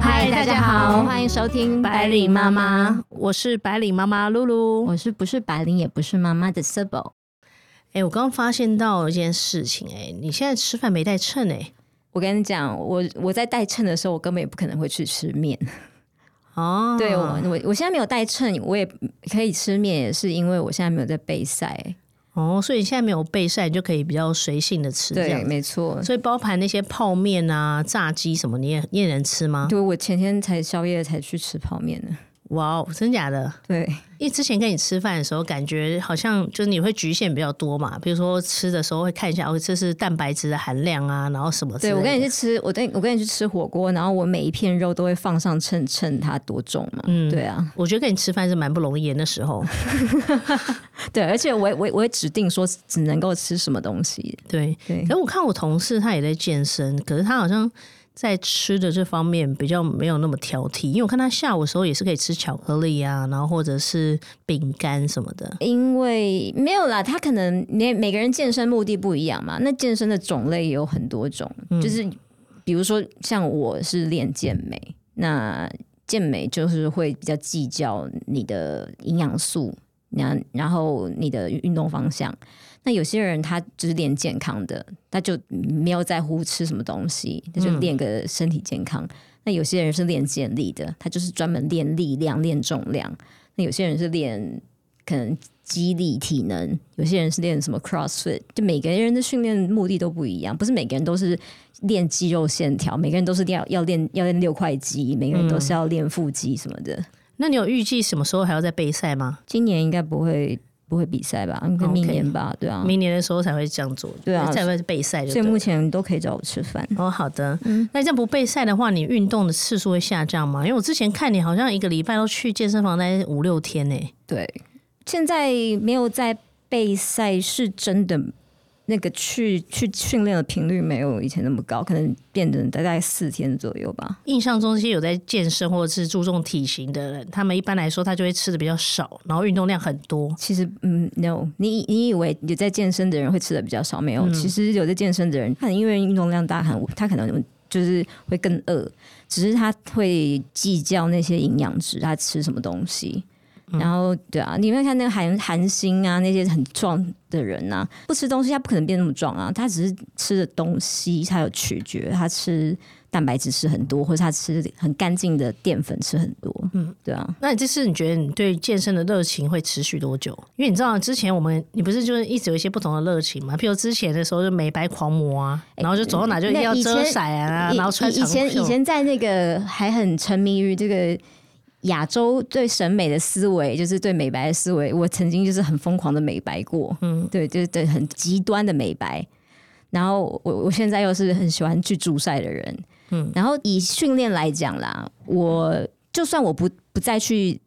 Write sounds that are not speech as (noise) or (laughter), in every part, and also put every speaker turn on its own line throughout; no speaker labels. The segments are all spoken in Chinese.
嗨，大家好，欢迎收听
百里妈妈，，我是百里妈妈露露。
我是不是白领也不是妈妈的 Sebo。
哎、我刚发现到一件事情、哎，你现在吃饭没带秤、哎
我跟你讲，我我在带秤的时候，我根本也不可能会去吃面。
哎，哦，
对我，我我现在没有带秤，我也可以吃面，也是因为我现在没有在备赛。
哦，所以你现在没有备赛，你就可以比较随性的吃这
对，
样子。
没错。
所以包含那些泡面啊、炸鸡什么，你也你也能吃吗？
对，我前天才宵夜才去吃泡面呢。
哇哦，真假的？
对，
因为之前跟你吃饭的时候，感觉好像就是你会局限比较多嘛，比如说吃的时候会看一下，哦，这是蛋白质的含量啊，然后什么之
对
类的。
我跟你去吃，我跟我跟你去吃火锅，然后我每一片肉都会放上秤，称它多重嘛。嗯，对啊，
我觉得跟你吃饭是蛮不容易的那时
(laughs)
候。
对，而且我也我也我会指定说只能够吃什么东西。
对，
对
可是我看我同事他也在健身，可是他好像在吃的这方面比较没有那么挑剔，因为我看他下午的时候也是可以吃巧克力啊，然后或者是饼干什么的。
因为没有啦，他可能每每个人健身目的不一样嘛，那健身的种类也有很多种，就是比如说像我是练健美，那健美就是会比较计较你的营养素，然然后你的运动方向。那有些人他就是练健康的，他就没有在乎吃什么东西，他就练个身体健康。那有些人是练健力的，他就是专门练力量、练重量。那有些人是练可能肌力、体能，有些人是练什么 CrossFit，就每个人的训练目的都不一样，不是每个人都是练肌肉线条，每个人都是要要练要练六块肌，每个人都是要练腹肌什么的。
那你有预计什么时候还要再备赛吗？
今年应该不会不会比赛吧？应该
哦 OK
明年吧对啊。
明年的时候才会这样做，
对啊
才会备赛就
所
对
以目
了。
前嗯都可以找我吃饭。
哦，好的。那这样不备赛的话，你运动的次数会下降吗？因为我之前看你好像一个礼拜都去健身房待五六天呢、
对，现在没有在备赛，是真的那个去去训练的频率没有以前那么高，可能变成大概四天左右吧。
印象中，这些有在健身或者是注重体型的人，他们一般来说他就会吃的比较少，然后运动量很多。
其实，嗯，no，你你以为有在健身的人会吃的比较少，没有，其实有在健身的人，他因为运动量大，很他可能就是会更饿，只是他会计较那些营养值，他吃什么东西。然后，对啊，你会看那个韩韩星啊，那些很壮的人啊，不吃东西他不可能变那么壮啊，他只是吃的东西他有取决，他吃蛋白质吃很多，或者他吃很干净的淀粉吃很多，嗯，对啊，
那你这次你觉得你对健身的热情会持续多久？因为你知道之前我们你不是就是一直有一些不同的热情嘛，譬如之前的时候就美白狂魔啊，然后就走到哪就一定要遮伞
哎
啊，
以呃
然后穿
以
长
以
袖。
前以前在那个还很沉迷于这个亚洲对审美的思维，就是对美白的思维，我曾经就是很疯狂的美白过，嗯，对，就是对很极端的美白。然后我我现在又是很喜欢去助晒的人，嗯，然后以训练来讲啦，我就算我不不再去。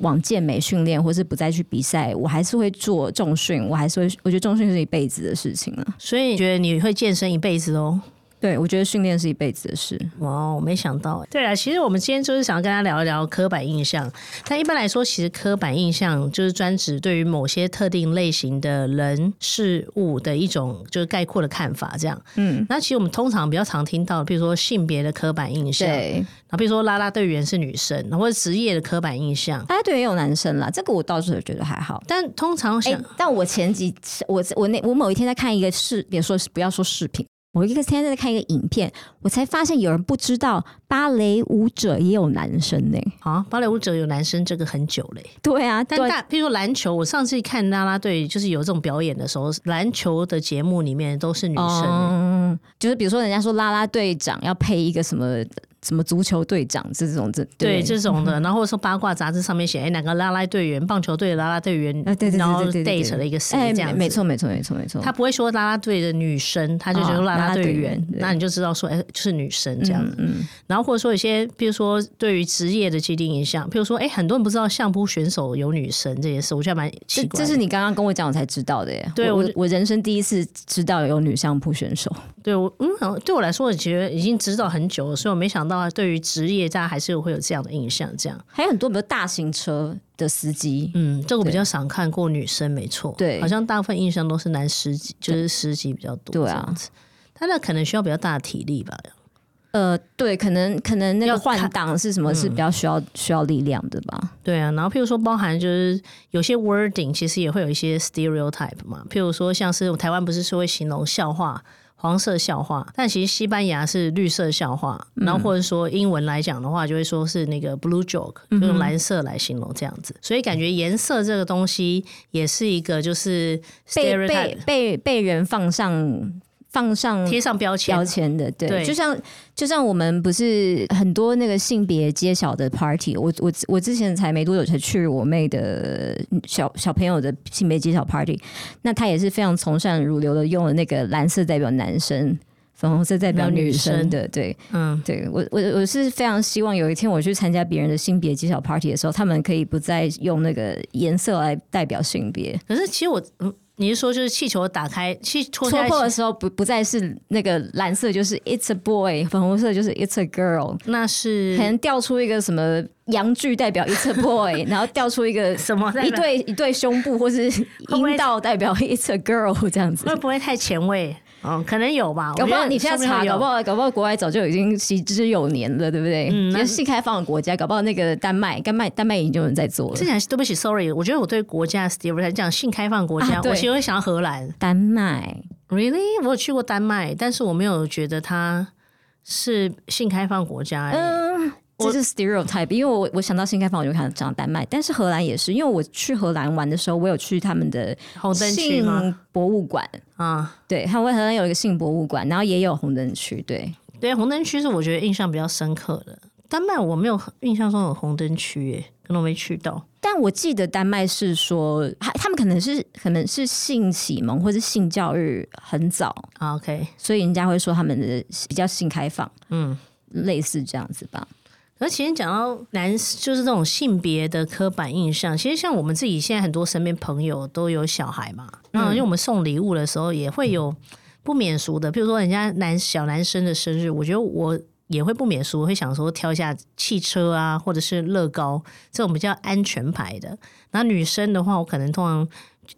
往健美训练，或是不再去比赛，我还是会做重训，我还是会，我觉得重训是一辈子的事情了。
所以你觉得你会健身一辈子哦？
对，我觉得训练是一辈子的事。
哇哦，我没想到欸。对啊，其实我们今天就是想要跟他聊一聊刻板印象。但一般来说，其实刻板印象就是专指对于某些特定类型的人事物的一种就是概括的看法，这样。嗯，那其实我们通常比较常听到，比如说性别的刻板印象，然
对，
后比如说啦啦队员是女生，或者职业的刻板印象。
哎，对，也有男生啦，这个我倒是觉得还好。
但通常
哎、
想，
但我前几次我我那我某一天在看一个视，别说不要说视频，我一个天在看一个影片，我才发现有人不知道芭蕾舞者也有男生呢、
啊，芭蕾舞者有男生这个很久嘞、
对啊，
但
对
大，譬如说篮球，我上次看啦啦队就是有这种表演的时候，篮球的节目里面都
啊
是女生、欸
嗯，就是比如说人家说啦啦队长要配一个什么什么足球队长这种这
对
不
这种
(laughs)
的，然后说八卦杂志上面写，哎，哪个啦啦队员，棒球队的啦啦队员，
啊对对对
然后
对对对
date 了一个谁
哎、
这样
没
子
没。错没错没错没错，
他不会说啦啦队的女生，他就觉得
哦
啦
啦
啦队
啦
员
队员，对
那你就知道说，哎，就是女生这样
嗯
子。
嗯，
然后或者说有些，比如说对于职业的既定印象，比如说，哎，很多人不知道相扑选手有女生这件事，我觉得蛮
这
奇怪
这
的。
是你刚刚跟我讲我才知道的耶，
对
我
我
我我人生第一次知道有女相扑选手。
对我，嗯，对我来说，我觉得已经知道很久了，所以我没想到对于职业，大家还是有会有这样的印象。这样，
还有很多，比如大型车的司机，
嗯，这个比
对
较少看过女生，没错，
对
好像大部分印象都是男司机，就是司机比较多，
对啊
这样子。他那可能需要比较大的体力吧，
呃，对，可能可能那
要
个
看嗯
换挡是什么是比较需要、需要力量的吧？
对啊，然后譬如说包含就是有些 wording 其实也会有一些 stereotype 嘛，譬如说像是台湾不是说会形容笑话。黄色笑话，但其实西班牙是绿色笑话，然
嗯
后或者说英文来讲的话，就会说是那个 blue joke，就
嗯
用蓝色来形容这样子，所以感觉颜色这个东西也是一个就是
被被
stereotype 嗯
被被人放上放上
贴上标签啊
标，签的，对，
对
就像就像我们不是很多那个性别揭晓的 party，我我我之前才没多久才去我妹的小小朋友的性别揭晓 party，那她也是非常从善如流的用了那个蓝色代表男生，粉红色代表女生的，对
嗯，
对，我我我是非常希望有一天我去参加别人的性别揭晓 party 的时候，他们可以不再用那个颜色来代表性别，
可是其实我，嗯，你是说就是气球打开，气戳
戳
下
破的时候不不再是那个蓝色就是 it's a boy，粉红色就是 it's a girl。
那是
可能调出一个什么洋剧代表 It's a boy，然
(laughs)
后调出一个
什么代表
一对一对胸部或是
不 (laughs) 会
阴道代表 It's a girl 这样子。
(laughs) 会不会太前卫？嗯，可能有吧。
搞不
我觉
好
得
你现在
说不
查，
定有
搞不好搞不好国外早就已经行之有年了，对不对？
嗯那
嗯，新开放的国家，搞不好那个丹麦、丹麦、丹麦已经有人在做了
之。前对不起，sorry，我觉得我对国家 stereotype 讲性开放国家，
啊对
我其实会想到荷兰。
丹麦
Really，我有去过丹麦，但是我没有觉得它是性开放国家、欸。
这是 stereotype，因为我我想到新开放我就想讲丹麦，但是荷兰也是，因为我去荷兰玩的时候，我有去他们的
红灯区吗？
性博物馆，
啊，
对，他们荷兰有一个性博物馆，然后也有红灯区，对。
对，红灯区是我觉得印象比较深刻的。丹麦我没有印象中有红灯区、欸，可能我没去到。
但我记得丹麦是说，他他们可能是可能是性启蒙或是性教育很早，
啊 OK，
所以人家会说他们的比较性开放，嗯，类似这样子吧。
而其实讲到男，就是这种性别的刻板印象，其实像我们自己现在很多身边朋友都有小孩嘛，那
嗯
因为我们送礼物的时候也会有不免俗的，比如说人家男小男生的生日，我觉得我也会不免俗，会想说挑一下汽车啊，或者是乐高这种比较安全牌的。然后女生的话，我可能通常。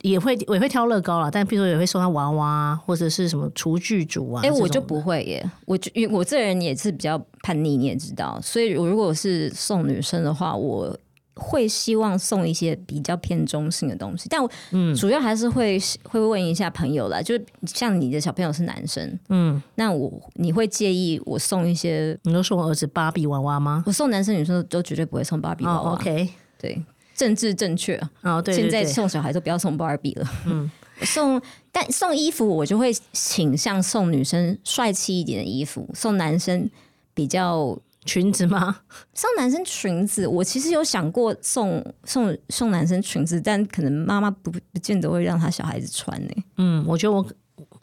也会我也会挑乐高啦，但比如说也会送她娃娃啊或者是什么厨具组啊。
哎、我
这种
就不会耶，我就因为我这人也是比较叛逆，你也知道，所以我如果是送女生的话，我会希望送一些比较偏中性的东西，但我
嗯
主要还是会会问一下朋友啦，就是像你的小朋友是男生，嗯，那我你会介意我送一些
你都送我儿子芭比娃娃吗？
我送男生女生都都绝对不会送芭比娃娃。
哦，OK，
对，政治正确啊，
哦，对对
现在
对
送小孩都不要送芭比了。嗯， (laughs) 送但送衣服我就会倾向送女生帅气一点的衣服，送男生比较。
裙子吗？ (laughs)
送男生裙子，我其实有想过送送送男生裙子，但可能妈妈不不见得会让她小孩子穿呢、
嗯，我觉得我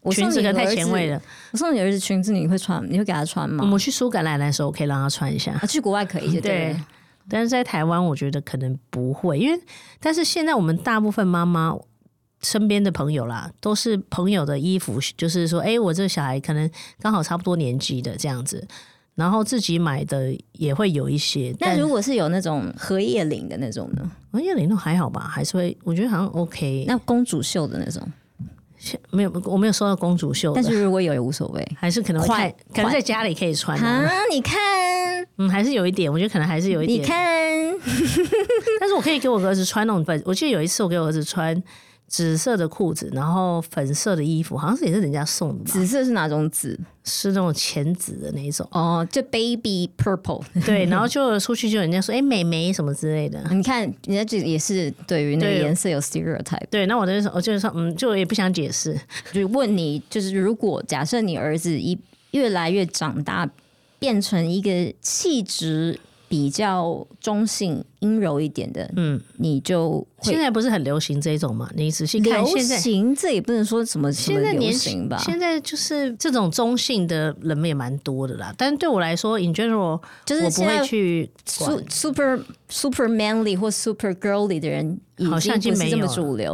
我送
裙子
你
可能太
儿
前
子
卫，了。
我送你儿子裙子，你会穿？你会给他穿
我
吗？
们去苏格兰的时候，我可以让他穿一下
啊，，去国外可以就
嗯
对了。
但是在台湾，我觉得可能不会，因为但是现在我们大部分妈妈身边的朋友啦，都是朋友的衣服，就是说，哎、我这个小孩可能刚好差不多年纪的这样子，然后自己买的也会有一些。
那
但
如果是有那种荷叶领的那种呢？
王彦霖都还好吧，还是会，我觉得好像 OK。
那公主袖的那种，
没有，我没有收到公主袖的，
但是如果有也无所谓。
还是可能会太，
款
可能在家里可以穿、 (laughs) 啊。
啊，你看，
嗯，还是有一点，我觉得可能还是有一点。
你看，
但是我可以给我儿子穿那种粉，我记得有一次我给我儿子穿紫色的裤子，然后粉色的衣服，好像是也是人家送的吧，
紫色是哪种紫？。
是那种浅紫的那一种
(laughs) 哦，就 baby purple。 (laughs)
对，然后就出去就人家说，哎、美眉什么之类的。
你看，人家就也是对于那个
对
颜色有 stereotype，
对，那我就说，我就是说，嗯，就也不想解释。
就问你，就是如果假设你儿子一越来越长大，变成一个气质比较中性、阴柔一点的，嗯，你就
现
会
在不是很流行这种嘛？你仔细看，
流
现在
行，这也不能说什么什么
现在
流
年
行吧，
现在就是这种中性的人也蛮多的啦。但是对我来说，in general，
就是
我不
现在
会去管
su-。super super manly 或 super girly 的人，
好像
已经不
没
是
有
这么
了
主流了，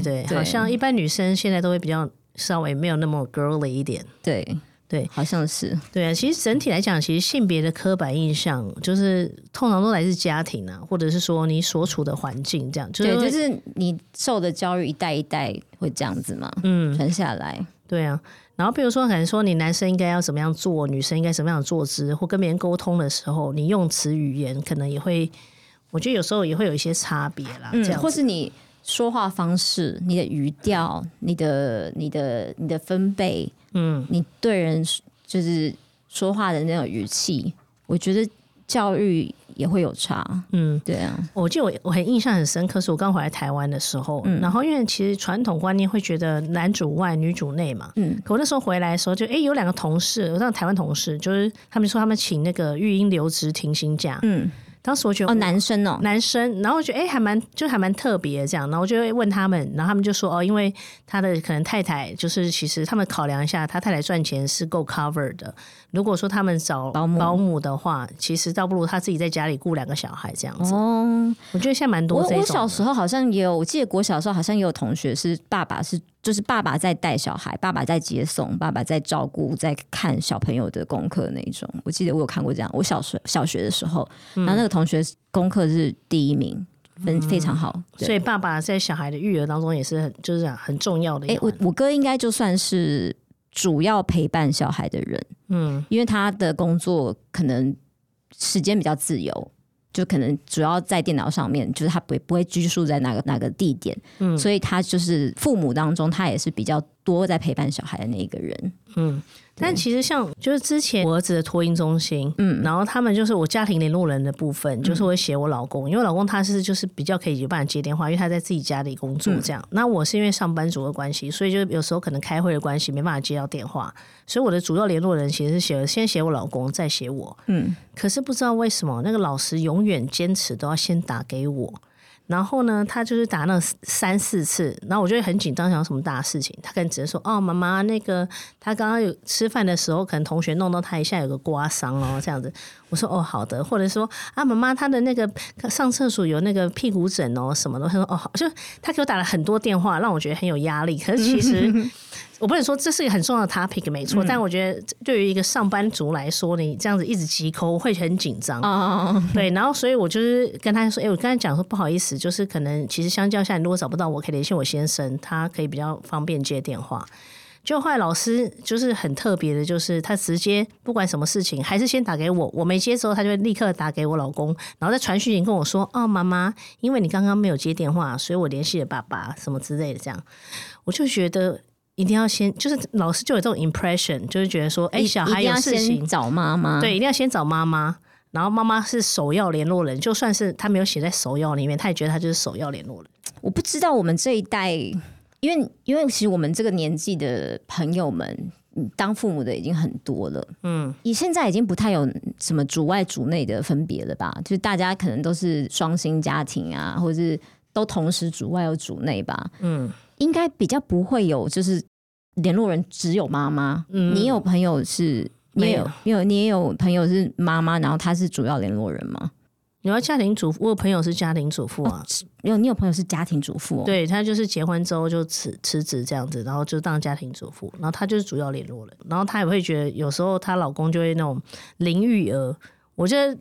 对
对好像一般女生现在都会比较稍微没有那么 girly 一点。
对
对，
好像是
对啊，其实整体来讲，其实性别的刻板印象就是通常都来自家庭啊，或者是说你所处的环境，这样就是
对，就是你受的教育一代一代会这样子嘛，嗯，传下来，
对啊，然后比如说，可能说你男生应该要怎么样做，女生应该什么样的坐姿，或跟别人沟通的时候，你用词语言可能也会，我觉得有时候也会有一些差别啦。啊这
嗯，
样
或
子
是你说话方式、你的语调、你的、你的、你的分贝，嗯，你对人就是说话的那种语气，我觉得教育也会有差。
嗯，
对啊，
我记得我我很印象很深刻，是我刚回来台湾的时候，
嗯
然后因为其实传统观念会觉得男主外女主内嘛，
嗯
可我那时候回来的时候就，诶哎有两个同事，我那个台湾同事，就是他们说他们请那个育婴留职停薪假，
嗯，
当时我觉得
哦，男生哦，
男生，然后我觉得哎、诶还蛮就还蛮特别这样，然后我就会问他们，然后他们就说哦，因为他的可能太太就是其实他们考量一下，他太太赚钱是够 cover 的。如果说他们找
保姆
的话，其实倒不如他自己在家里雇两个小孩这样子。
哦，
我觉得现在蛮多
我
这种
我
的。
小时候好像也有，我记得我小时候好像也有同学是爸爸是就是爸爸在带小孩，爸爸在接送，爸爸在照顾，在看小朋友的功课那一种。我记得我有看过这样，我小学小学的时候，然后
嗯
那个同学功课是第一名，分非常好。对
所以爸爸在小孩的育儿当中也是很就是讲很重要的一
哎、
环。
我我哥应该就算是主要陪伴小孩的人，
嗯，
因为他的工作可能时间比较自由，就可能主要在电脑上面，就是他不会不会拘束在哪个哪个地点，
嗯
所以他就是父母当中，他也是比较多在陪伴小孩的那一个人，
但其实像就是之前我儿子的托婴中心，嗯，然后他们就是我家庭联络人的部分，就是我会写我老公，因为我老公他是就是比较可以有办法接电话，因为他在自己家里工作这样。那我是因为上班族的关系，所以就有时候可能开会的关系没办法接到电话，所以我的主要联络人其实是写先写我老公，再写我。
嗯，
可是不知道为什么那个老师永远坚持都要先打给我。然后呢，他就是打那三四次，然后我就会很紧张，想有什么大事情，他可能只是说：“哦，妈妈，那个他刚刚有吃饭的时候，可能同学弄到他一下有个刮伤哦，这样子。”我说：“哦，好的。”或者说：“啊，妈妈，他的那个上厕所有那个屁股疹哦，什么的。”他说：“哦，好。”就他给我打了很多电话，让我觉得很有压力。可是其实我不能说这是一个很重要的 topic，没错，但我觉得对于一个上班族来说，你这样子一直急扣会很紧张。
哦，
对，然后所以我就是跟他说，哎、我刚才讲说不好意思，就是可能其实相较下，你如果找不到我，可以联系我先生，他可以比较方便接电话。就后来老师就是很特别的，就是他直接不管什么事情，还是先打给我，我没接之后，他就会立刻打给我老公，然后再传讯息跟我说：“哦，妈妈，因为你刚刚没有接电话，所以我联系了爸爸什么之类的。”这样，我就觉得一定要先，就是老师就有这种 impression，就是觉得说，哎、
一
小
一
孩
定
有
要
事情
先找妈妈，
对，一定要先找妈妈，然后妈妈是首要联络人，就算是他没有写在首要里面，他也觉得他就是首要联络人。
我不知道我们这一代，因为因为其实我们这个年纪的朋友们，嗯当父母的已经很多了，嗯，也现在已经不太有什么主外主内的分别了吧？就是大家可能都是双薪家庭啊，或者是都同时主外有主内吧，
嗯，
应该比较不会有就是联络人只有妈妈。
嗯
你有朋友是？你也有，你有，你也有朋友是妈妈，然后她是主要联络人吗？
你要家庭主妇，我有朋友是家庭主妇啊，
有，你有朋友是家庭主妇哦。
对他就是结婚之后就辞辞职这样子，然后就当家庭主妇，然后他就是主要联络人，然后她也会觉得有时候她老公就会那种淋育儿。我觉得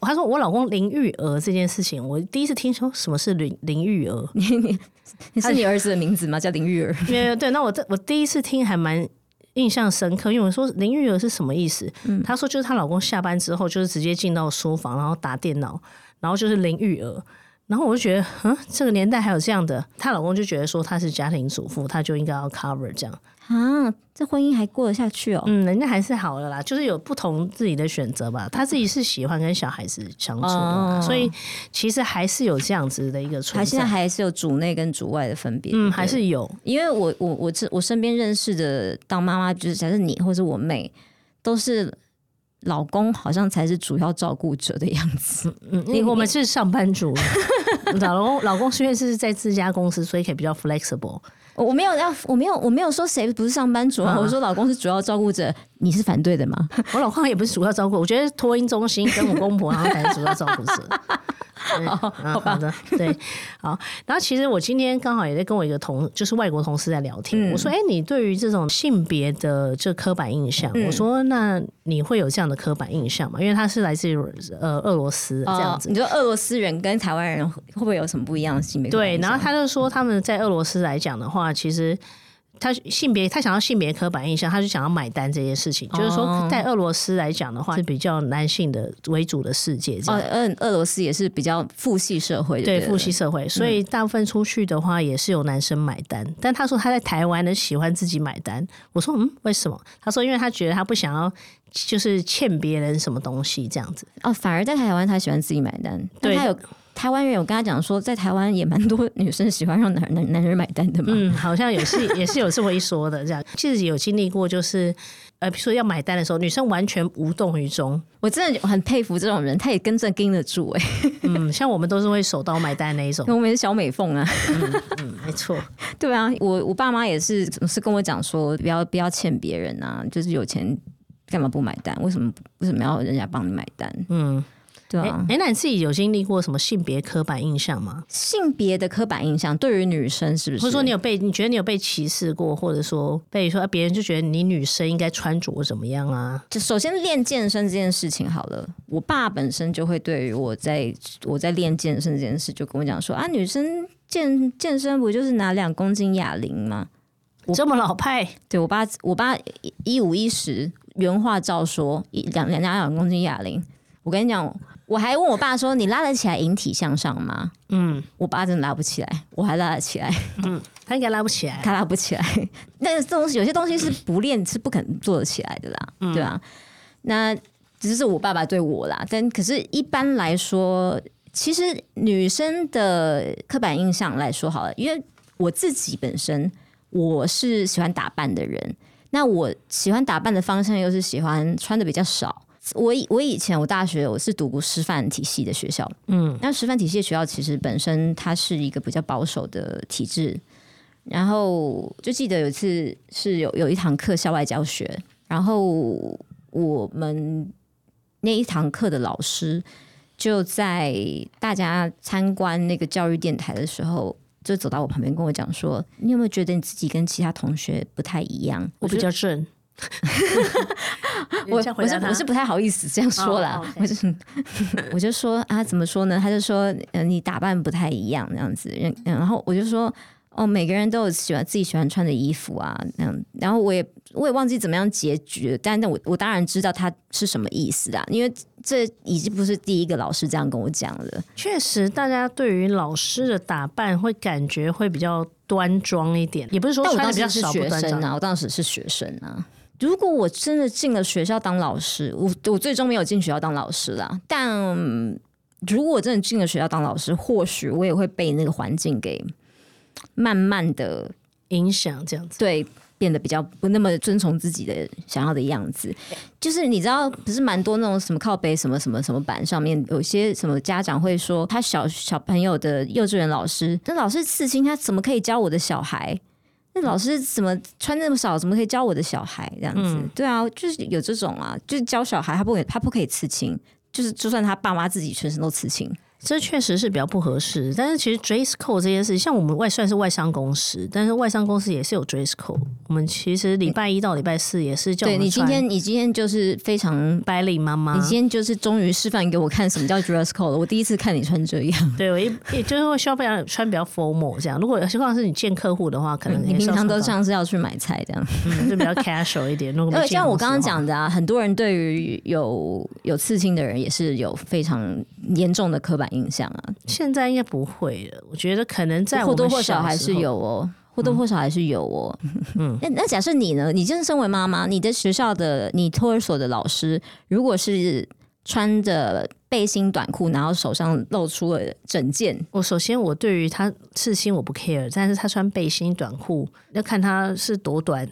他说我老公淋育儿这件事情，我第一次听说什么是淋淋育儿，
你是你儿子的名字吗？叫林玉儿。
没有对，那我这我第一次听还蛮印象深刻，因为我说林育儿是什么意思？
嗯
她说就是她老公下班之后就是直接进到书房，然后打电脑，然后就是林育儿。然后我就觉得，嗯，这个年代还有这样的。她老公就觉得说她是家庭主妇，她就应该要 cover 这样。
啊，这婚姻还过得下去哦？
嗯，人家还是好的啦，就是有不同自己的选择吧。她自己是喜欢跟小孩子相处的啦，
哦
所以其实还是有这样子的一个
还
存
现在
在。
还是有主内跟主外的分别，
嗯，
对
还是有。
因为我我我这我身边认识的当妈妈，就是假设你或是我妹，都是老公好像才是主要照顾者的样子。
嗯，因为我们是上班 (laughs) 族，老公老公虽然是在自家公司，所以可以比较 flexible。
我我没有要，我没有我没有说谁不是上班族啊，
啊
我说老公是主要照顾者，你是反对的吗？
我老公也不是主要照顾，我觉得托婴中心跟我公婆好像才是主要照顾 (laughs) 者。 (laughs) 嗯
哦
嗯好的，对，好。然后其实我今天刚好也在跟我一个同，就是外国同事在聊天。我说：“哎、你对于这种性别的这刻板印象，我说那你会有这样的刻板印象吗？因为他是来自于呃俄罗斯这样
哦
子。
你说俄罗斯人跟台湾人会不会有什么不一样的性别啊
对，
观
然后
想
他就说，他们在俄罗斯来讲的话，其实他性别，他想要性别刻板印象，他就想要买单这些事情。就是
哦
说，在俄罗斯来讲的话，是比较男性的为主的世界，这
哦，
样、
俄俄罗斯也是比较父系社会，
对
对了嗯
父系社会，所以大部分出去的话也是由男生买单。但他说他在台湾呢喜欢自己买单，我说嗯，为什么？他说因为他觉得他不想要就是欠别人什么东西这样子。
哦，反而在台湾他喜欢自己买单，但
对
他有台湾人有跟他讲说，在台湾也蛮多 (laughs) 女生喜欢让男男男人买单的嘛。
嗯，好像也是 (laughs) 也是有这么一说的这样。其实有经历过，就是呃，比如说要买单的时候，女生完全无动于衷。
我真的很佩服这种人，他也跟着跟得住哎、
嗯，像我们都是会手刀买单那一
(laughs)
种。
我们也是小美凤啊， (laughs)
嗯，没错。
对啊，我我爸妈也是总是跟我讲说，不要不要欠别人啊，就是有钱干嘛不买单？为什么为什么要人家帮你买单？
嗯，
对
哎、
啊，
哎那你自己有经历过什么性别刻板印象吗？
性别的刻板印象对于女生是不是？
或者说你有被你觉得你有被歧视过，或者说被说啊别人就觉得你女生应该穿着怎么样啊？
就首先练健身这件事情好了，我爸本身就会对于我在我在练健身这件事就跟我讲说啊，女生健健身不就是拿两公斤哑铃吗？我
这么老派，
对我爸，我爸一一五一十原话照说，一两两拿两公斤哑铃。我跟你讲，我还问我爸说，你拉得起来引体向上吗？
嗯，
我爸真的拉不起来，我还拉得起来，
他应该拉不起来。
他拉不起来。 (laughs) 那这东西有些东西是不练是不肯做得起来的啦，
嗯
对啊。那只是我爸爸对我啦，但可是一般来说，其实女生的刻板印象来说好了，因为我自己本身我是喜欢打扮的人，那我喜欢打扮的方向又是喜欢穿的比较少。我以我以前我大学我是读师范体系的学校，嗯，那师范体系的学校其实本身它是一个比较保守的体制，然后就记得有一次是有有一堂课校外教学，然后我们那一堂课的老师就在大家参观那个教育电台的时候，就走到我旁边跟我讲说：“你有没有觉得你自己跟其他同学不太一样？”
我比
就
较正。 (laughs)
我
你再
(laughs)
回
我是
答他
我是不太好意思这样说啦，
哦哦，OK
我就是 (laughs) 我就说啊，怎么说呢？他就说，呃，你打扮不太一样那样子，然然后我就说，哦，每个人都有喜欢自己喜欢穿的衣服啊，那样。然后我也我也忘记怎么样结局了，但但我我当然知道他是什么意思啦，因为这已经不是第一个老师这样跟我讲了。
确实，大家对于老师的打扮会感觉会比较端庄一点，也不是说
但我
穿的
当
比
时是
较少不
学
端
生
庄。
啊，我当时是学生啊。如果我真的进了学校当老师，我我最终没有进学校当老师啦。但嗯如果我真的进了学校当老师，或许我也会被那个环境给慢慢的
影响这样子。
对变得比较不那么遵从自己的想要的样子。就是你知道，不是蛮多那种什么靠背什么什么什么板上面，有些什么家长会说，他小小朋友的幼稚园老师，那老师刺青，他怎么可以教我的小孩？那老师怎么穿那么少，怎么可以教我的小孩这样子？对啊，就是有这种啊，就是教小孩，他不可以，他不可以刺青，就是就算他爸妈自己全身都刺青，
这确实是比较不合适。但是其实 dress code 这件事，像我们外算是外商公司，但是外商公司也是有 dress code。我们其实礼拜一到礼拜四也是叫我
对
们
你今
穿
天，你今天就是非常
白领妈妈
你。今天就是终于示范给我看什么叫 dress code 了。我第一次看你穿这
(laughs)
样，
对，我一也就是会需要非常穿比较 formal 这样。如果有情况是你见客户的话，可能
嗯你
也
平
是要
常都
穿
像是要去买菜这样。
嗯就
(laughs)
比较 casual 一点。如果
因为
没
像我刚刚
见公
讲
司的话，
的啊，很多人对于有有刺青的人也是有非常严重的刻板印象啊，
现在应该不会了。我觉得可能在
或
我们
多或
小
少还是
时候
有哦。或多或少还是有哦，嗯， (laughs) 那那假设你呢？你就是身为妈妈，你的学校的你托儿所的老师，如果是穿着背心短裤，然后手上露出了整件，
我首先我对于他刺青我不 care，但是他穿背心短裤，要看他是多短，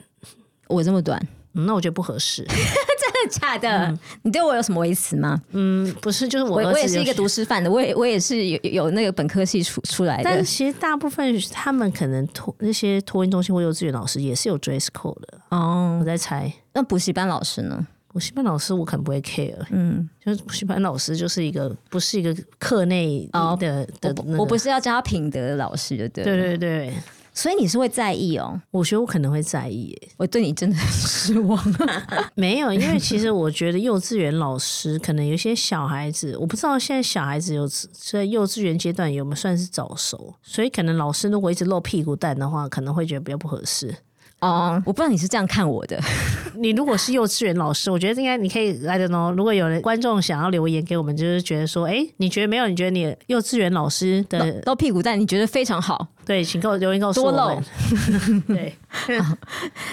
我这么短，
嗯那我觉得不合适。
真的 (laughs) 假的？你对我有什么维持吗？
嗯，不是，就是我
我
儿
我也
子
是
有
一个
学
读师范的，我也我也是有有那个本科系出出来
但
的
是其实大部分他们可能托那些托运中心或幼稚园老师也是有 dress code 的，
哦
我。在猜。
那补习班老师呢？
补习班老师我可能不会 care，
嗯，
就是补习班老师就是一个不是一个课内的、
哦
的
我不
那个
我不是要教他品德的老师，就对了
对对对，
所以你是会在意哦。
我觉得我可能会在意耶、
我对你真的很 (laughs) 失望。
(laughs) 没有，因为其实我觉得幼稚园老师可能有些小孩子，我不知道现在小孩子有在幼稚园阶段有没有算是早熟，所以可能老师如果一直露屁股蛋的话，可能会觉得比较不合适。
哦、我不知道你是这样看我的，
你如果是幼稚园老师，我觉得应该你可以来的呢。如果有人观众想要留言给我们，就是觉得说，哎、你觉得没有？你觉得你幼稚园老师的
露屁股蛋你觉得非常好。
对，请给我留言告诉我
多
们。 (laughs) 对，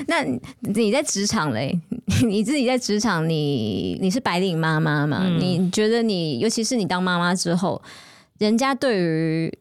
那你你在职场嘞？ (laughs) 你自己在职场，你你是白领妈妈嘛？
嗯
你觉得你，尤其是你当妈妈之后，人家对于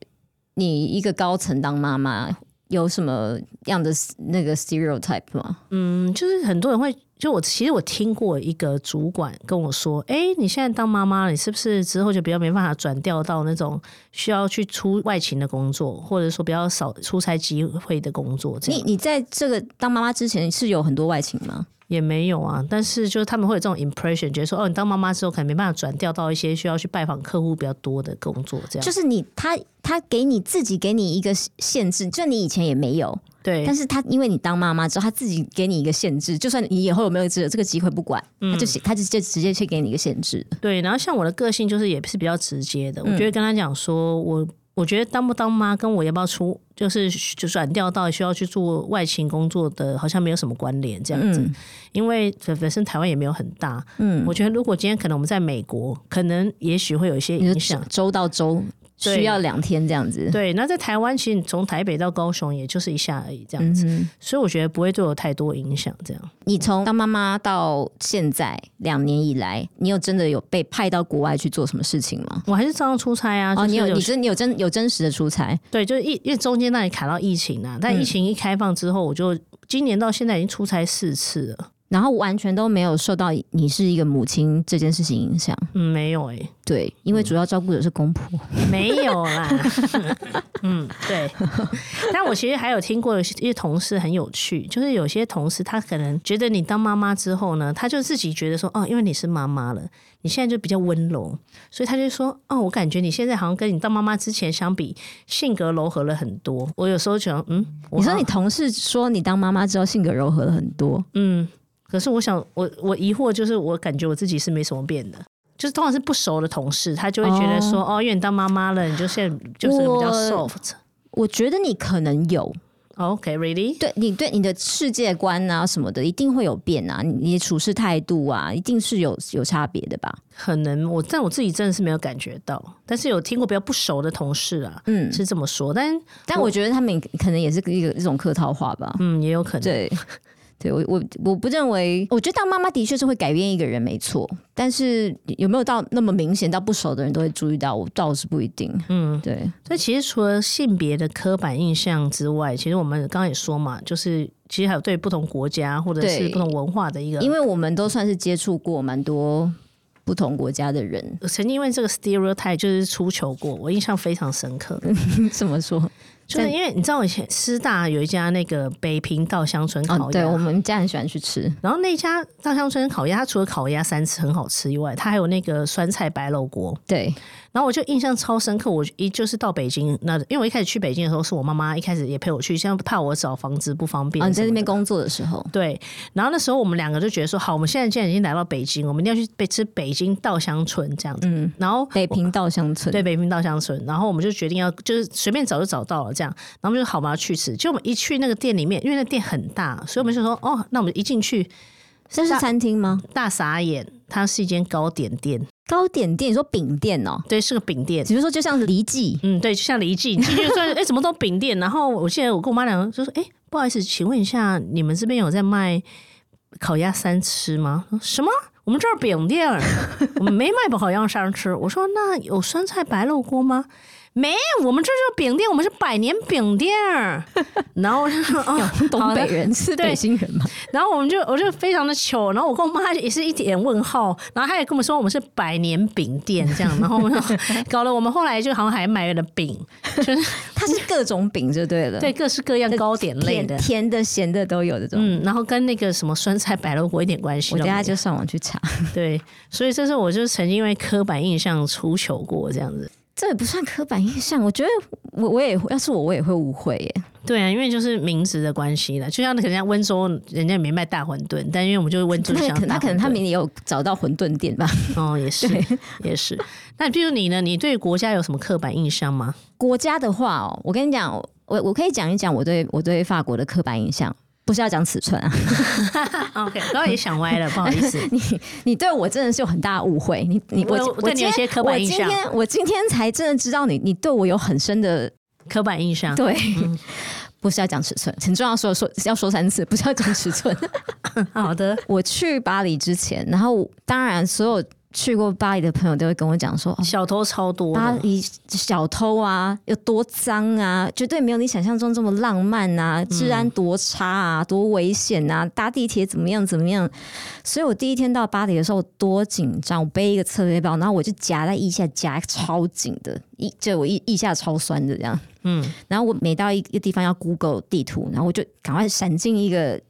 你一个高层当妈妈有什么样的 s- 那个 stereotype 吗？
嗯，就是很多人会，就我其实我听过一个主管跟我说，哎、你现在当妈妈了，你是不是之后就比较没办法转调到那种需要去出外勤的工作，或者说比较少出差机会的工作？这样
你你在这个当妈妈之前是有很多外勤吗？
也没有啊，但是就是他们会有这种 impression，觉得说哦，你当妈妈之后可能没办法转调到一些需要去拜访客户比较多的工作，这样
就是你他他给你自己给你一个限制，就你以前也没有，
对
但，是他因为你当妈妈之后，他自己给你一个限制，就算你以后有没有这个这个机会不管，他
嗯
就他就就直接去给你一个限制。
对，然后像我的个性就是也是比较直接的，我
嗯
就会跟他讲说，我我觉得当不当妈跟我要不要出，就是就转调到需要去做外勤工作的，好像没有什么关联这样子，
嗯
因为本身台湾也没有很大，
嗯，
我觉得如果今天可能我们在美国，可能也许会有一些
你
影
说
响。
周到周
对
需要两天这样子，
对，那在台湾，其实你从台北到高雄，也就是一下而已，这样
嗯
子，
哼，
所以我觉得不会对我太多影响。这样，
你从当妈妈到现在两年以来，你有真的有被派到国外去做什么事情吗？
我还是照样出差啊。
哦，
就是
你有，
有
你真你有真有真实的出差，
对，就是一因为中间那里卡到疫情啊，
嗯
但疫情一开放之后，我就今年到现在已经出差四次了。
然后完全都没有受到你是一个母亲这件事情影响。
嗯，没有哎、
对，因为主要照顾者是公婆。
没有啦。 (laughs) 嗯，对。但我其实还有听过有些一些同事很有趣，就是有些同事他可能觉得你当妈妈之后呢，他就自己觉得说，哦，因为你是妈妈了，你现在就比较温柔，所以他就说，哦，我感觉你现在好像跟你当妈妈之前相比，性格柔和了很多。我有时候想，嗯，我
你说
好
你同事说你当妈妈之后性格柔和了很多，
嗯，可是我想，我我疑惑就是，我感觉我自己是没什么变的。就是通常是不熟的同事，他就会觉得说，哦，因为你当妈妈了，你就现在就是比较
我
soft。哦
我觉得你可能有
OK，really？、
对你对你的世界观啊什么的，一定会有变啊，你你的处事态度啊，一定是有有差别的吧？
可能我但我自己真的是没有感觉到，但是有听过比较不熟的同事啊，
嗯，
是这么说，但
但我觉得他们可能也是一个一种客套话吧。
嗯，也有可能。
对，对我我我不认为，我觉得当妈妈的确是会改变一个人，没错。但是有没有到那么明显到不熟的人都会注意到，我倒是不一定。嗯，对，
所以其实除了性别的刻板印象之外，其实我们刚刚也说嘛，就是其实还有对不同国家或者是
对
不同文化的一个
因为我们都算是接触过蛮多不同国家的人，
我曾经因为这个 stereotype 就是出糗过，我印象非常深刻。
怎么说？
就是因为你知道，以前师大有一家那个北平稻香村
哦，
烤
对
鸭，
我们家很喜欢去吃，
然后那家稻香村烤鸭，它除了烤鸭三吃很好吃以外，它还有那个酸菜白肉锅。
对，
然后我就印象超深刻，我一就是到北京那，因为我一开始去北京的时候，是我妈妈一开始也陪我去，现在怕我找房子不方便
啊，
什么的。
你在那边工作的时候，
对，然后那时候我们两个就觉得说，好，我们现在既然已经来到北京，我们一定要去北吃北京稻香村这样子。
嗯，
然后
北平稻香村，
对，北平稻香村，然后我们就决定要就是随便找就找到了这样，然后我们就好吧去吃，就我们一去那个店里面，因为那店很大，所以我们就说哦，那我们一进去
这是餐厅吗？
大傻眼，它是一间糕点店，
糕点店，你说饼店哦，
对，是个饼店。
比如说就像黎 (laughs) 记，
嗯，对，就像李记，你进去就哎、怎么都饼店？然后我记得我跟我妈两个就说，哎、不好意思，请问一下，你们这边有在卖烤鸭三吃吗？她说什么？我们这儿饼店儿，我们没卖烤鸭三吃。我说那有酸菜白肉锅吗？没，我们这就是饼店，我们是百年饼店儿。然后我就说哦，好
东
的
北人是
对
北京人吗？
然后我们就我就非常的糗，然后我跟我妈也是一脸问号，然后她也跟我们说我们是百年饼店这样，然后我们就搞得我们后来就好像还买了饼，
(laughs) 它是各种饼就对了，
对，各式各样糕点类
甜
的，
甜的、咸的都有这种。
嗯，然后跟那个什么酸菜白肉锅一点关系
我
都
等下
没有。
就上网去查，
对，所以这是我就是曾经因为刻板印象出糗过这样子。
(laughs) 这也不算刻板印象。我觉得我我也要是我我也会误会耶。
对啊，因为就是名字的关系了，就像人家温州人家也没卖大馄饨，但因为我们就是温州
那
想
可能
大
他可能他
馄饨
们也有找到馄饨店吧。 (laughs)
哦也是也是。那譬如你呢？你对国家有什么刻板印象吗？
国家的话哦，我跟你讲，我我可以讲一讲我对我对法国的刻板印象。不是要讲尺寸啊，啊
OK，刚刚也想歪了，不好意
(laughs)
思。
你对我真的是有很大的误会。你你我
我
我
对你
今天
有些刻板
我
印
今
象
天我今天才真的知道你，你对我有很深的
刻板印象，
对。
嗯
(laughs) 不是要讲尺寸，很重要说说要说三次，不是要讲尺寸。 (laughs)
好的，
我去巴黎之前，然后我当然所有去过巴黎的朋友都会跟我讲说，哦，
小偷超多
巴
的，
黎小偷啊，有多脏啊，绝对没有你想象中这么浪漫啊，
嗯
治安多差啊，多危险啊，搭地铁怎么样怎么样。所以我第一天到巴黎的时候，我多紧张，我背一个侧背包，然后我就夹在腋下夹超紧的，腋就我腋腋下超酸的这样。
嗯，
然后我每到一个地方要 Google 地图，然后我就赶快闪进一个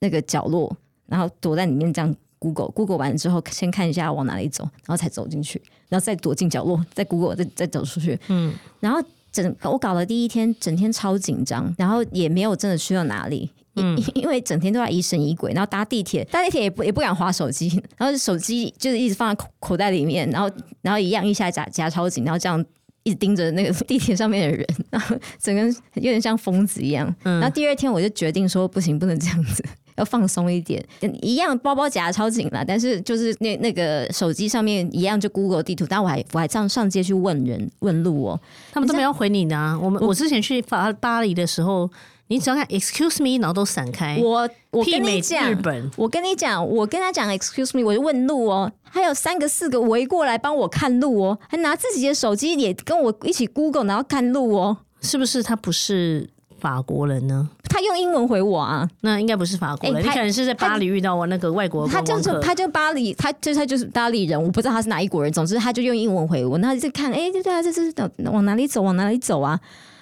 那个角落，然后躲在里面这样 Google。Google 完之后，先看一下往哪里走，然后才走进去，然后再躲进角落，再 Google，再再走出去。嗯，然后整我搞了第一天，整天超紧张，然后也没有真的去到哪里。因因为整天都在疑神疑鬼，然后搭地铁，搭地铁也不也不敢划手机，然后手机就是一直放在口口袋里面，然后然后一样一下夹夹超紧，然后这样一直盯着那个地铁上面的人，然后整个人有点像疯子一样。然后第二天我就决定说，不行，不能这样子，要放松一点。一样包包夹得超紧了，但是就是那那个手机上面一样就 Google 地图，但我还我还上上街去问人问路哦。
他们都没有回你的啊。我们我之前去巴巴黎的时候，你只要看 “excuse me”，然后都闪开，
我我
媲
跟
哎美
你
日
讲。
本。
我跟你讲，我跟他讲，excuse me，我就问路哦，还有三个四个围过来帮我看路哦，还拿自己的手机也跟我一起 Google，然后看路哦。
是不是他不是法国人呢？
他用英文回我啊，
那应该不是法国人，
哎
你
他
可能是在巴黎遇到我那个外国
他
观
就
光
是
客。
他就巴黎，他就他就是巴黎人，我不知道他是哪一国人。总之，他就用英文回我，那就看，哎、对啊，这是往哪里走，往哪里走啊？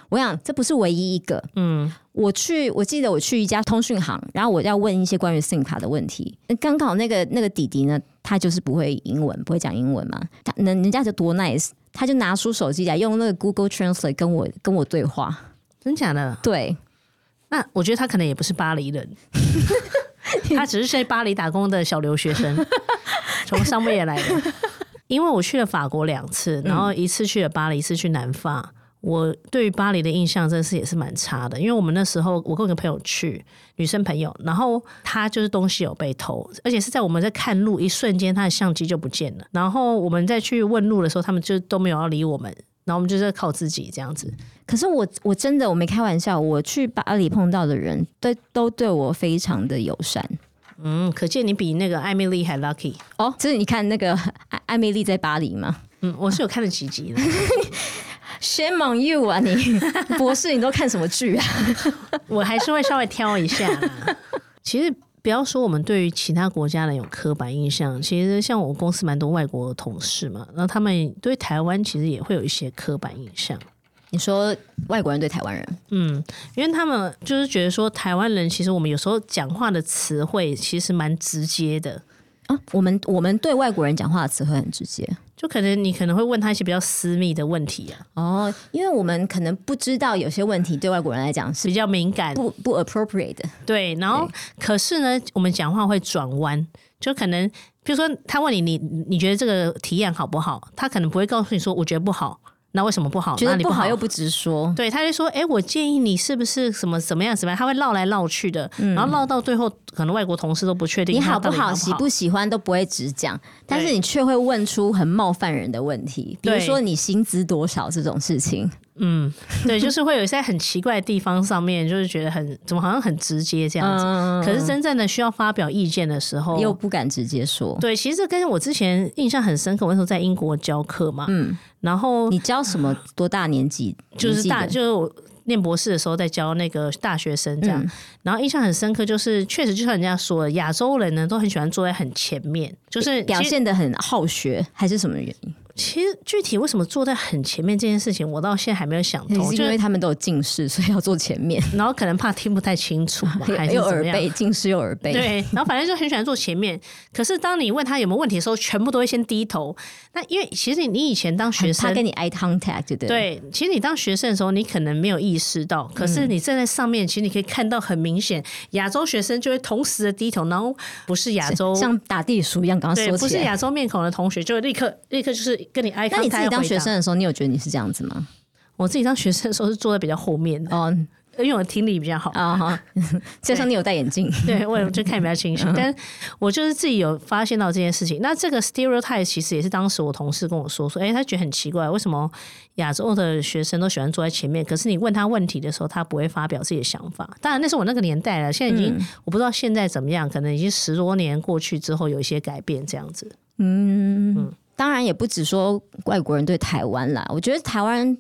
我想这不是唯一一个，嗯，我去，我记得我去一家通讯行，然后我要问一些关于 SIM 卡的问题。那刚好那个那个弟弟呢，他就是不会英文，不会讲英文嘛，他人人家就多 nice，他就拿出手机来用那个 Google Translate 跟我跟我对话，
真假的？
对。
那我觉得他可能也不是巴黎人，他只是在巴黎打工的小留学生，从上面也来的。因为我去了法国两次，然后一次去了巴黎，一次去南法。我对于巴黎的印象真的是也是蛮差的，因为我们那时候我跟我一个朋友去，女生朋友，然后她就是东西有被偷，而且是在我们在看路一瞬间，她的相机就不见了。然后我们再去问路的时候，他们就都没有要理我们，然后我们就是靠自己这样子。
可是我我真的我没开玩笑，我去巴黎碰到的人，对都对我非常的友善。
嗯，可见你比那个艾米丽还 lucky。
哦，就是你看那个艾艾米丽在巴黎吗
嗯，我是有看了几集的。
？Shame on you 啊你！ (laughs) 博士，你都看什么剧啊？
我还是会稍微挑一下啦。 (laughs) 其实不要说我们对于其他国家人有刻板印象，其实像我公司蛮多外国的同事嘛，然后他们对台湾其实也会有一些刻板印象。
你说外国人对台湾人，
嗯，因为他们就是觉得说台湾人其实我们有时候讲话的词汇其实蛮直接的，
啊，我们我们对外国人讲话的词汇很直接
就可能你可能会问他一些比较私密的问题啊，
哦，因为我们可能不知道有些问题对外国人来讲是
比较敏感。
不不 appropriate 的。
对，然后可是呢，我们讲话会转弯，就可能比如说他问你，你你觉得这个提案好不好？他可能不会告诉你说我觉得不好，那为什么不好？
觉
哪
得
里
不好
好
又不直说，
对，他就说，哎，我建议你是不是什么怎么样怎么样？他会绕来绕去的，然后绕到最后，可能外国同事都不确定
嗯你
他
好
到
不
底好
好、喜不喜欢都不会直讲，但是
对
你却会问出很冒犯人的问题，比如
对
说你薪资多少这种事情。
嗯，对，就是会有一些很奇怪的地方上面，就是觉得很怎么好像很直接这样子。
嗯，
可是真正的需要发表意见的时候，
又不敢直接说。
对，其实这跟我之前印象很深刻，我那时候在英国教课嘛，嗯，然后
你教什么多大年纪？
就是大，
年纪
就是我念博士的时候在教那个大学生这样，
嗯
然后印象很深刻，就是确实就像人家说的，亚洲人呢都很喜欢坐在很前面，就是
的表
其实。
现的很好学，还是什么原因？
其实具体为什么坐在很前面这件事情，我到现在还没有想通，
是
就
因为
是
他们都有近视，所以要坐前面，
然后可能怕听不太清楚嘛，还是
(laughs) 有
怎
耳
么样？
背，近视有耳背。
对，然后反正就很喜欢坐前面。可是当你问他有没有问题的时候，全部都会先低头。那因为其实你你以前当学
很
生
怕，跟你 eye contact，就对了。
对，其实你当学生的时候，你可能没有意识
嗯
到，可是你站在上面，其实你可以看到很明显，亚洲学生就会同时的低头，然后不是亚洲，
像打地鼠一样，赶快
对，
缩
不
起
是
来。
亚洲面孔的同学，就会立刻立刻就是跟你 eye contact
那你自己当
回答
学生，的时候，你有觉得你是这样子吗？
我自己当学生的时候是坐在比较后面的，
哦，
因为我听力比较好，
啊
(laughs)
哈，加上你有戴眼镜，
对我就看比较清楚。但我就是自己有发现到这件事情。那这个 stereotype 其实也是当时我同事跟我说说，哎、他觉得很奇怪，为什么亚洲的学生都喜欢坐在前面，可是你问他问题的时候，他不会发表自己的想法。当然那是我那个年代了，现在已经、我不知道现在怎么样，可能已经十多年过去之后有一些改变这样子。
当然也不只说外国人对台湾啦，我觉得台湾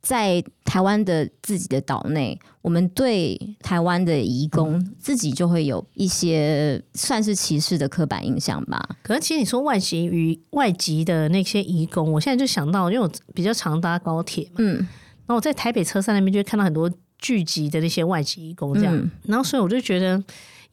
在台湾的自己的岛内，我们对台湾的移工自己就会有一些算是歧视的刻板印象吧。
可是其实你说外籍与外籍的那些移工，我现在就想到，因为我比较常搭高铁嘛，
嗯，
然后我在台北车站那边就会看到很多聚集的那些外籍移工这样，
嗯
然后所以我就觉得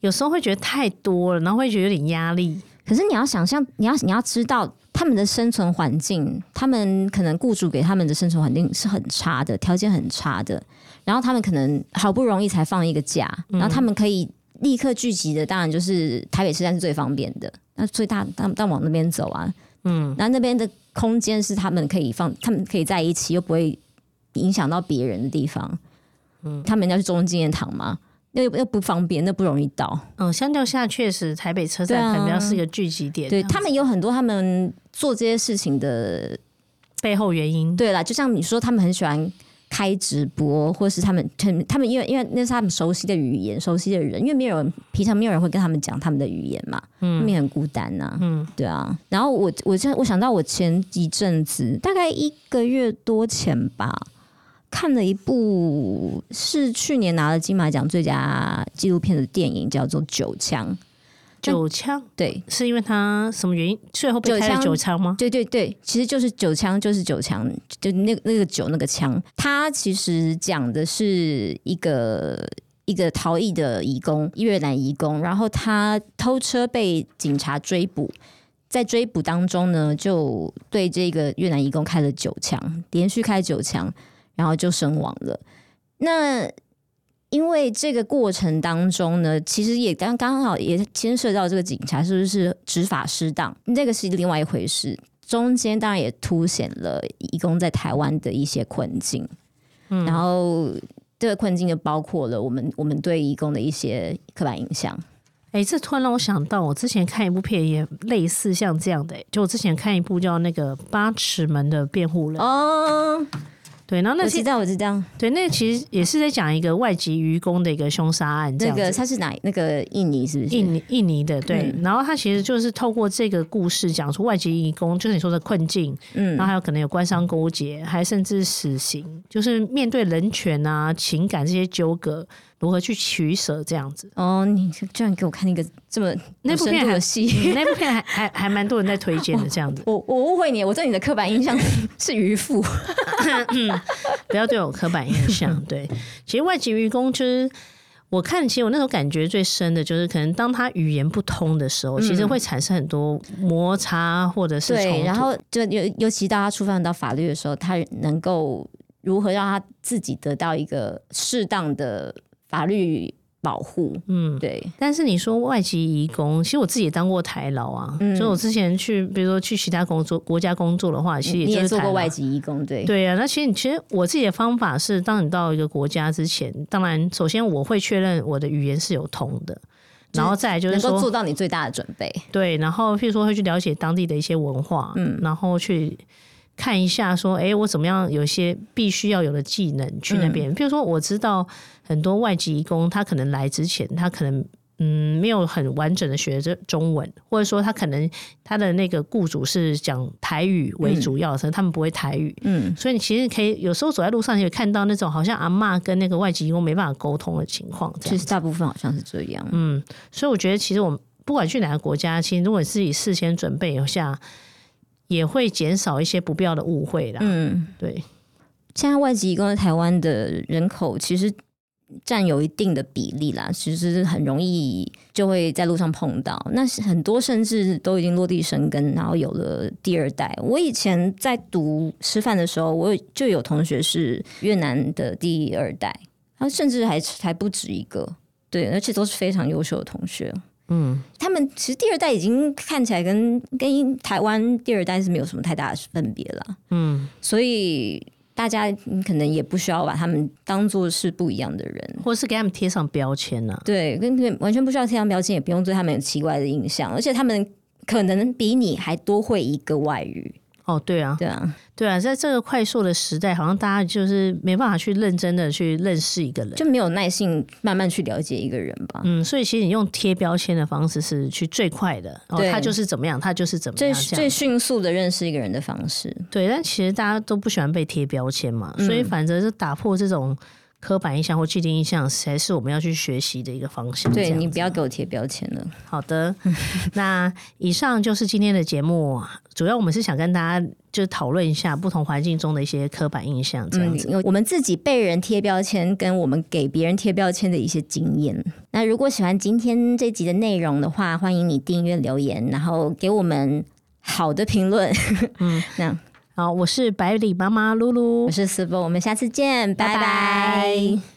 有时候会觉得太多了，然后会觉得有点压力。
可是你要想象，你要你要知道他们的生存环境，他们可能雇主给他们的生存环境是很差的，条件很差的。然后他们可能好不容易才放一个假，然后他们可以立刻聚集的，当然就是台北车站是最方便的。那所以大大大往那边走啊，嗯，然后那边的空间是他们可以放，他们可以在一起，又不会影响到别人的地方。嗯，他们要去中正纪念堂吗？那又又不方便，那不容易到。
嗯，相较下确实台北车
对
站
啊
可能比较是一个聚集点，
对
这样
他们有很多他们做这些事情的
背后原因。
对啦，就像你说，他们很喜欢开直播，或是他们很他们因为因为那是他们熟悉的语言、熟悉的人，因为没有人平常没有人会跟他们讲他们的语言嘛，他们也很孤单呐、嗯，对啊。然后我我现在我想到我前一阵子，大概一个月多前吧。看了一部是去年拿了金马奖最佳纪录片的电影，叫做《九枪》。
九枪
对，
是因为他什么原因？最后被
九
开了
枪
九枪吗？
对对对，其实就是九枪，就是九枪，就那那个九那个枪，它其实讲的是一个一个逃逸的移工，越南移工，然后他偷车被警察追捕。在追捕当中呢，就对这个越南移工开了九枪，连续开九枪，然后就身亡了。那因为这个过程当中呢，其实也刚刚好也牵涉到这个警察是不是执法失当，那个是另外一回事。中间当然也凸显了义工在台湾的一些困境，
嗯
然后这个困境就包括了我们我们对义工的一些刻板印象。
哎、这突然让我想到，我之前看一部片也类似像这样的、就我之前看一部叫那个《八尺门的辩护人》，
哦，
对，然后那
我
其
知
实
道，我知道，
对，那其实也是在讲一个外籍渔工的一个凶杀案，这
那
样
个
子。
他是哪那个嗯印尼是不是？
印尼印尼的对，然后他其实就是透过这个故事讲出外籍移工，就是你说的困境，
嗯
然后还有可能有官商勾结，还甚至死刑，就是面对人权啊、情感这些纠葛，如何去取舍这样子。
哦，你居然给我看一个这么
那部片
有深度
还嗯
的戏， (laughs)
那部片还还还蛮多人在推荐的这样子，
我我误会你，我对你的刻板印象 (laughs) 是渔夫。
不要对我有刻板印
(laughs)
象。对，其实外籍愚公就是我看，其实我那时候感觉最深的就是，可能当他语言不通的时候，其实会产生很多摩擦或者是冲
嗯对，
突。
然后就尤尤其到他触犯到法律的时候，他能够如何让他自己得到一个适当的法律保护？嗯，对，
但是你说外籍移工，其实我自己也当过台劳啊，
嗯
所以我之前去，比如说去其他工作国家工作的话，其实
你
就
也
是
做
台
过
劳
外。籍义工，对，
对啊，那其实你其实我自己的方法是，当你到一个国家之前，当然首先我会确认我的语言是有通的，然后再来就是
能
说
够做到你最大的准备。
对，然后譬如说会去了解当地的一些文化，嗯，然后去看一下说，哎，我怎么样有一些必须要有的技能去那边。譬如说，我知道很多外籍移工，他可能来之前，他可能。嗯，没有很完整的学着中文，或者说他可能他的那个雇主是讲台语为主要的，所以他们不会台语，
嗯，
所以你其实可以有时候走在路上，你会看到那种好像阿嬷跟那个外籍移工没办法沟通的情况，这
其
样
实大部分好像是这样。
嗯，所以我觉得其实我们不管去哪个国家，其实如果自己事先准备一下，也会减少一些不必要的误会啦。
嗯，
对，
现在外籍义工在台湾的人口其实占有一定的比例啦，其实很容易就会在路上碰到。那是很多甚至都已经落地生根，然后有了第二代。我以前在读师范的时候，我有就有同学是越南的第二代，然后甚至还还不止一个，对，而且都是非常优秀的同学。嗯，他们其实第二代已经看起来跟跟台湾第二代是没有什么太大的分别了。嗯，所以大家嗯可能也不需要把他们当做是不一样的人。
或是给他们贴上标签呢、啊？
对，跟跟完全不需要贴上标签，也不用对他们有奇怪的印象，而且他们可能比你还多会一个外语，
哦，对啊，
对啊，
对啊，在这个快速的时代，好像大家就是没办法去认真的去认识一个人。
就没有耐性慢慢去了解一个人吧。
嗯，所以其实你用贴标签的方式是去最快的，哦，
对
他就是怎么样，他就是怎么
最
样，嗯这
最
样
迅速的认识一个人的方式，
对。但其实大家都不喜欢被贴标签嘛，
嗯
所以反正是打破这种刻板印象或既定印象，才是我们要去学习的一个方向。这
对
样
你
子
不要给我贴标签了。
好的， (laughs) 那以上就是今天的节目。主要我们是想跟大家就是讨论一下不同环境中的一些刻板印象，这样
嗯
子。，
我们自己被人贴标签，跟我们给别人贴标签的一些经验。那如果喜欢今天这集的内容的话，欢迎你订阅、留言，然后给我们好的评论。嗯， (laughs) 那
好，我是百里妈妈露露
我，是思博，我们下次见，拜
拜
拜
拜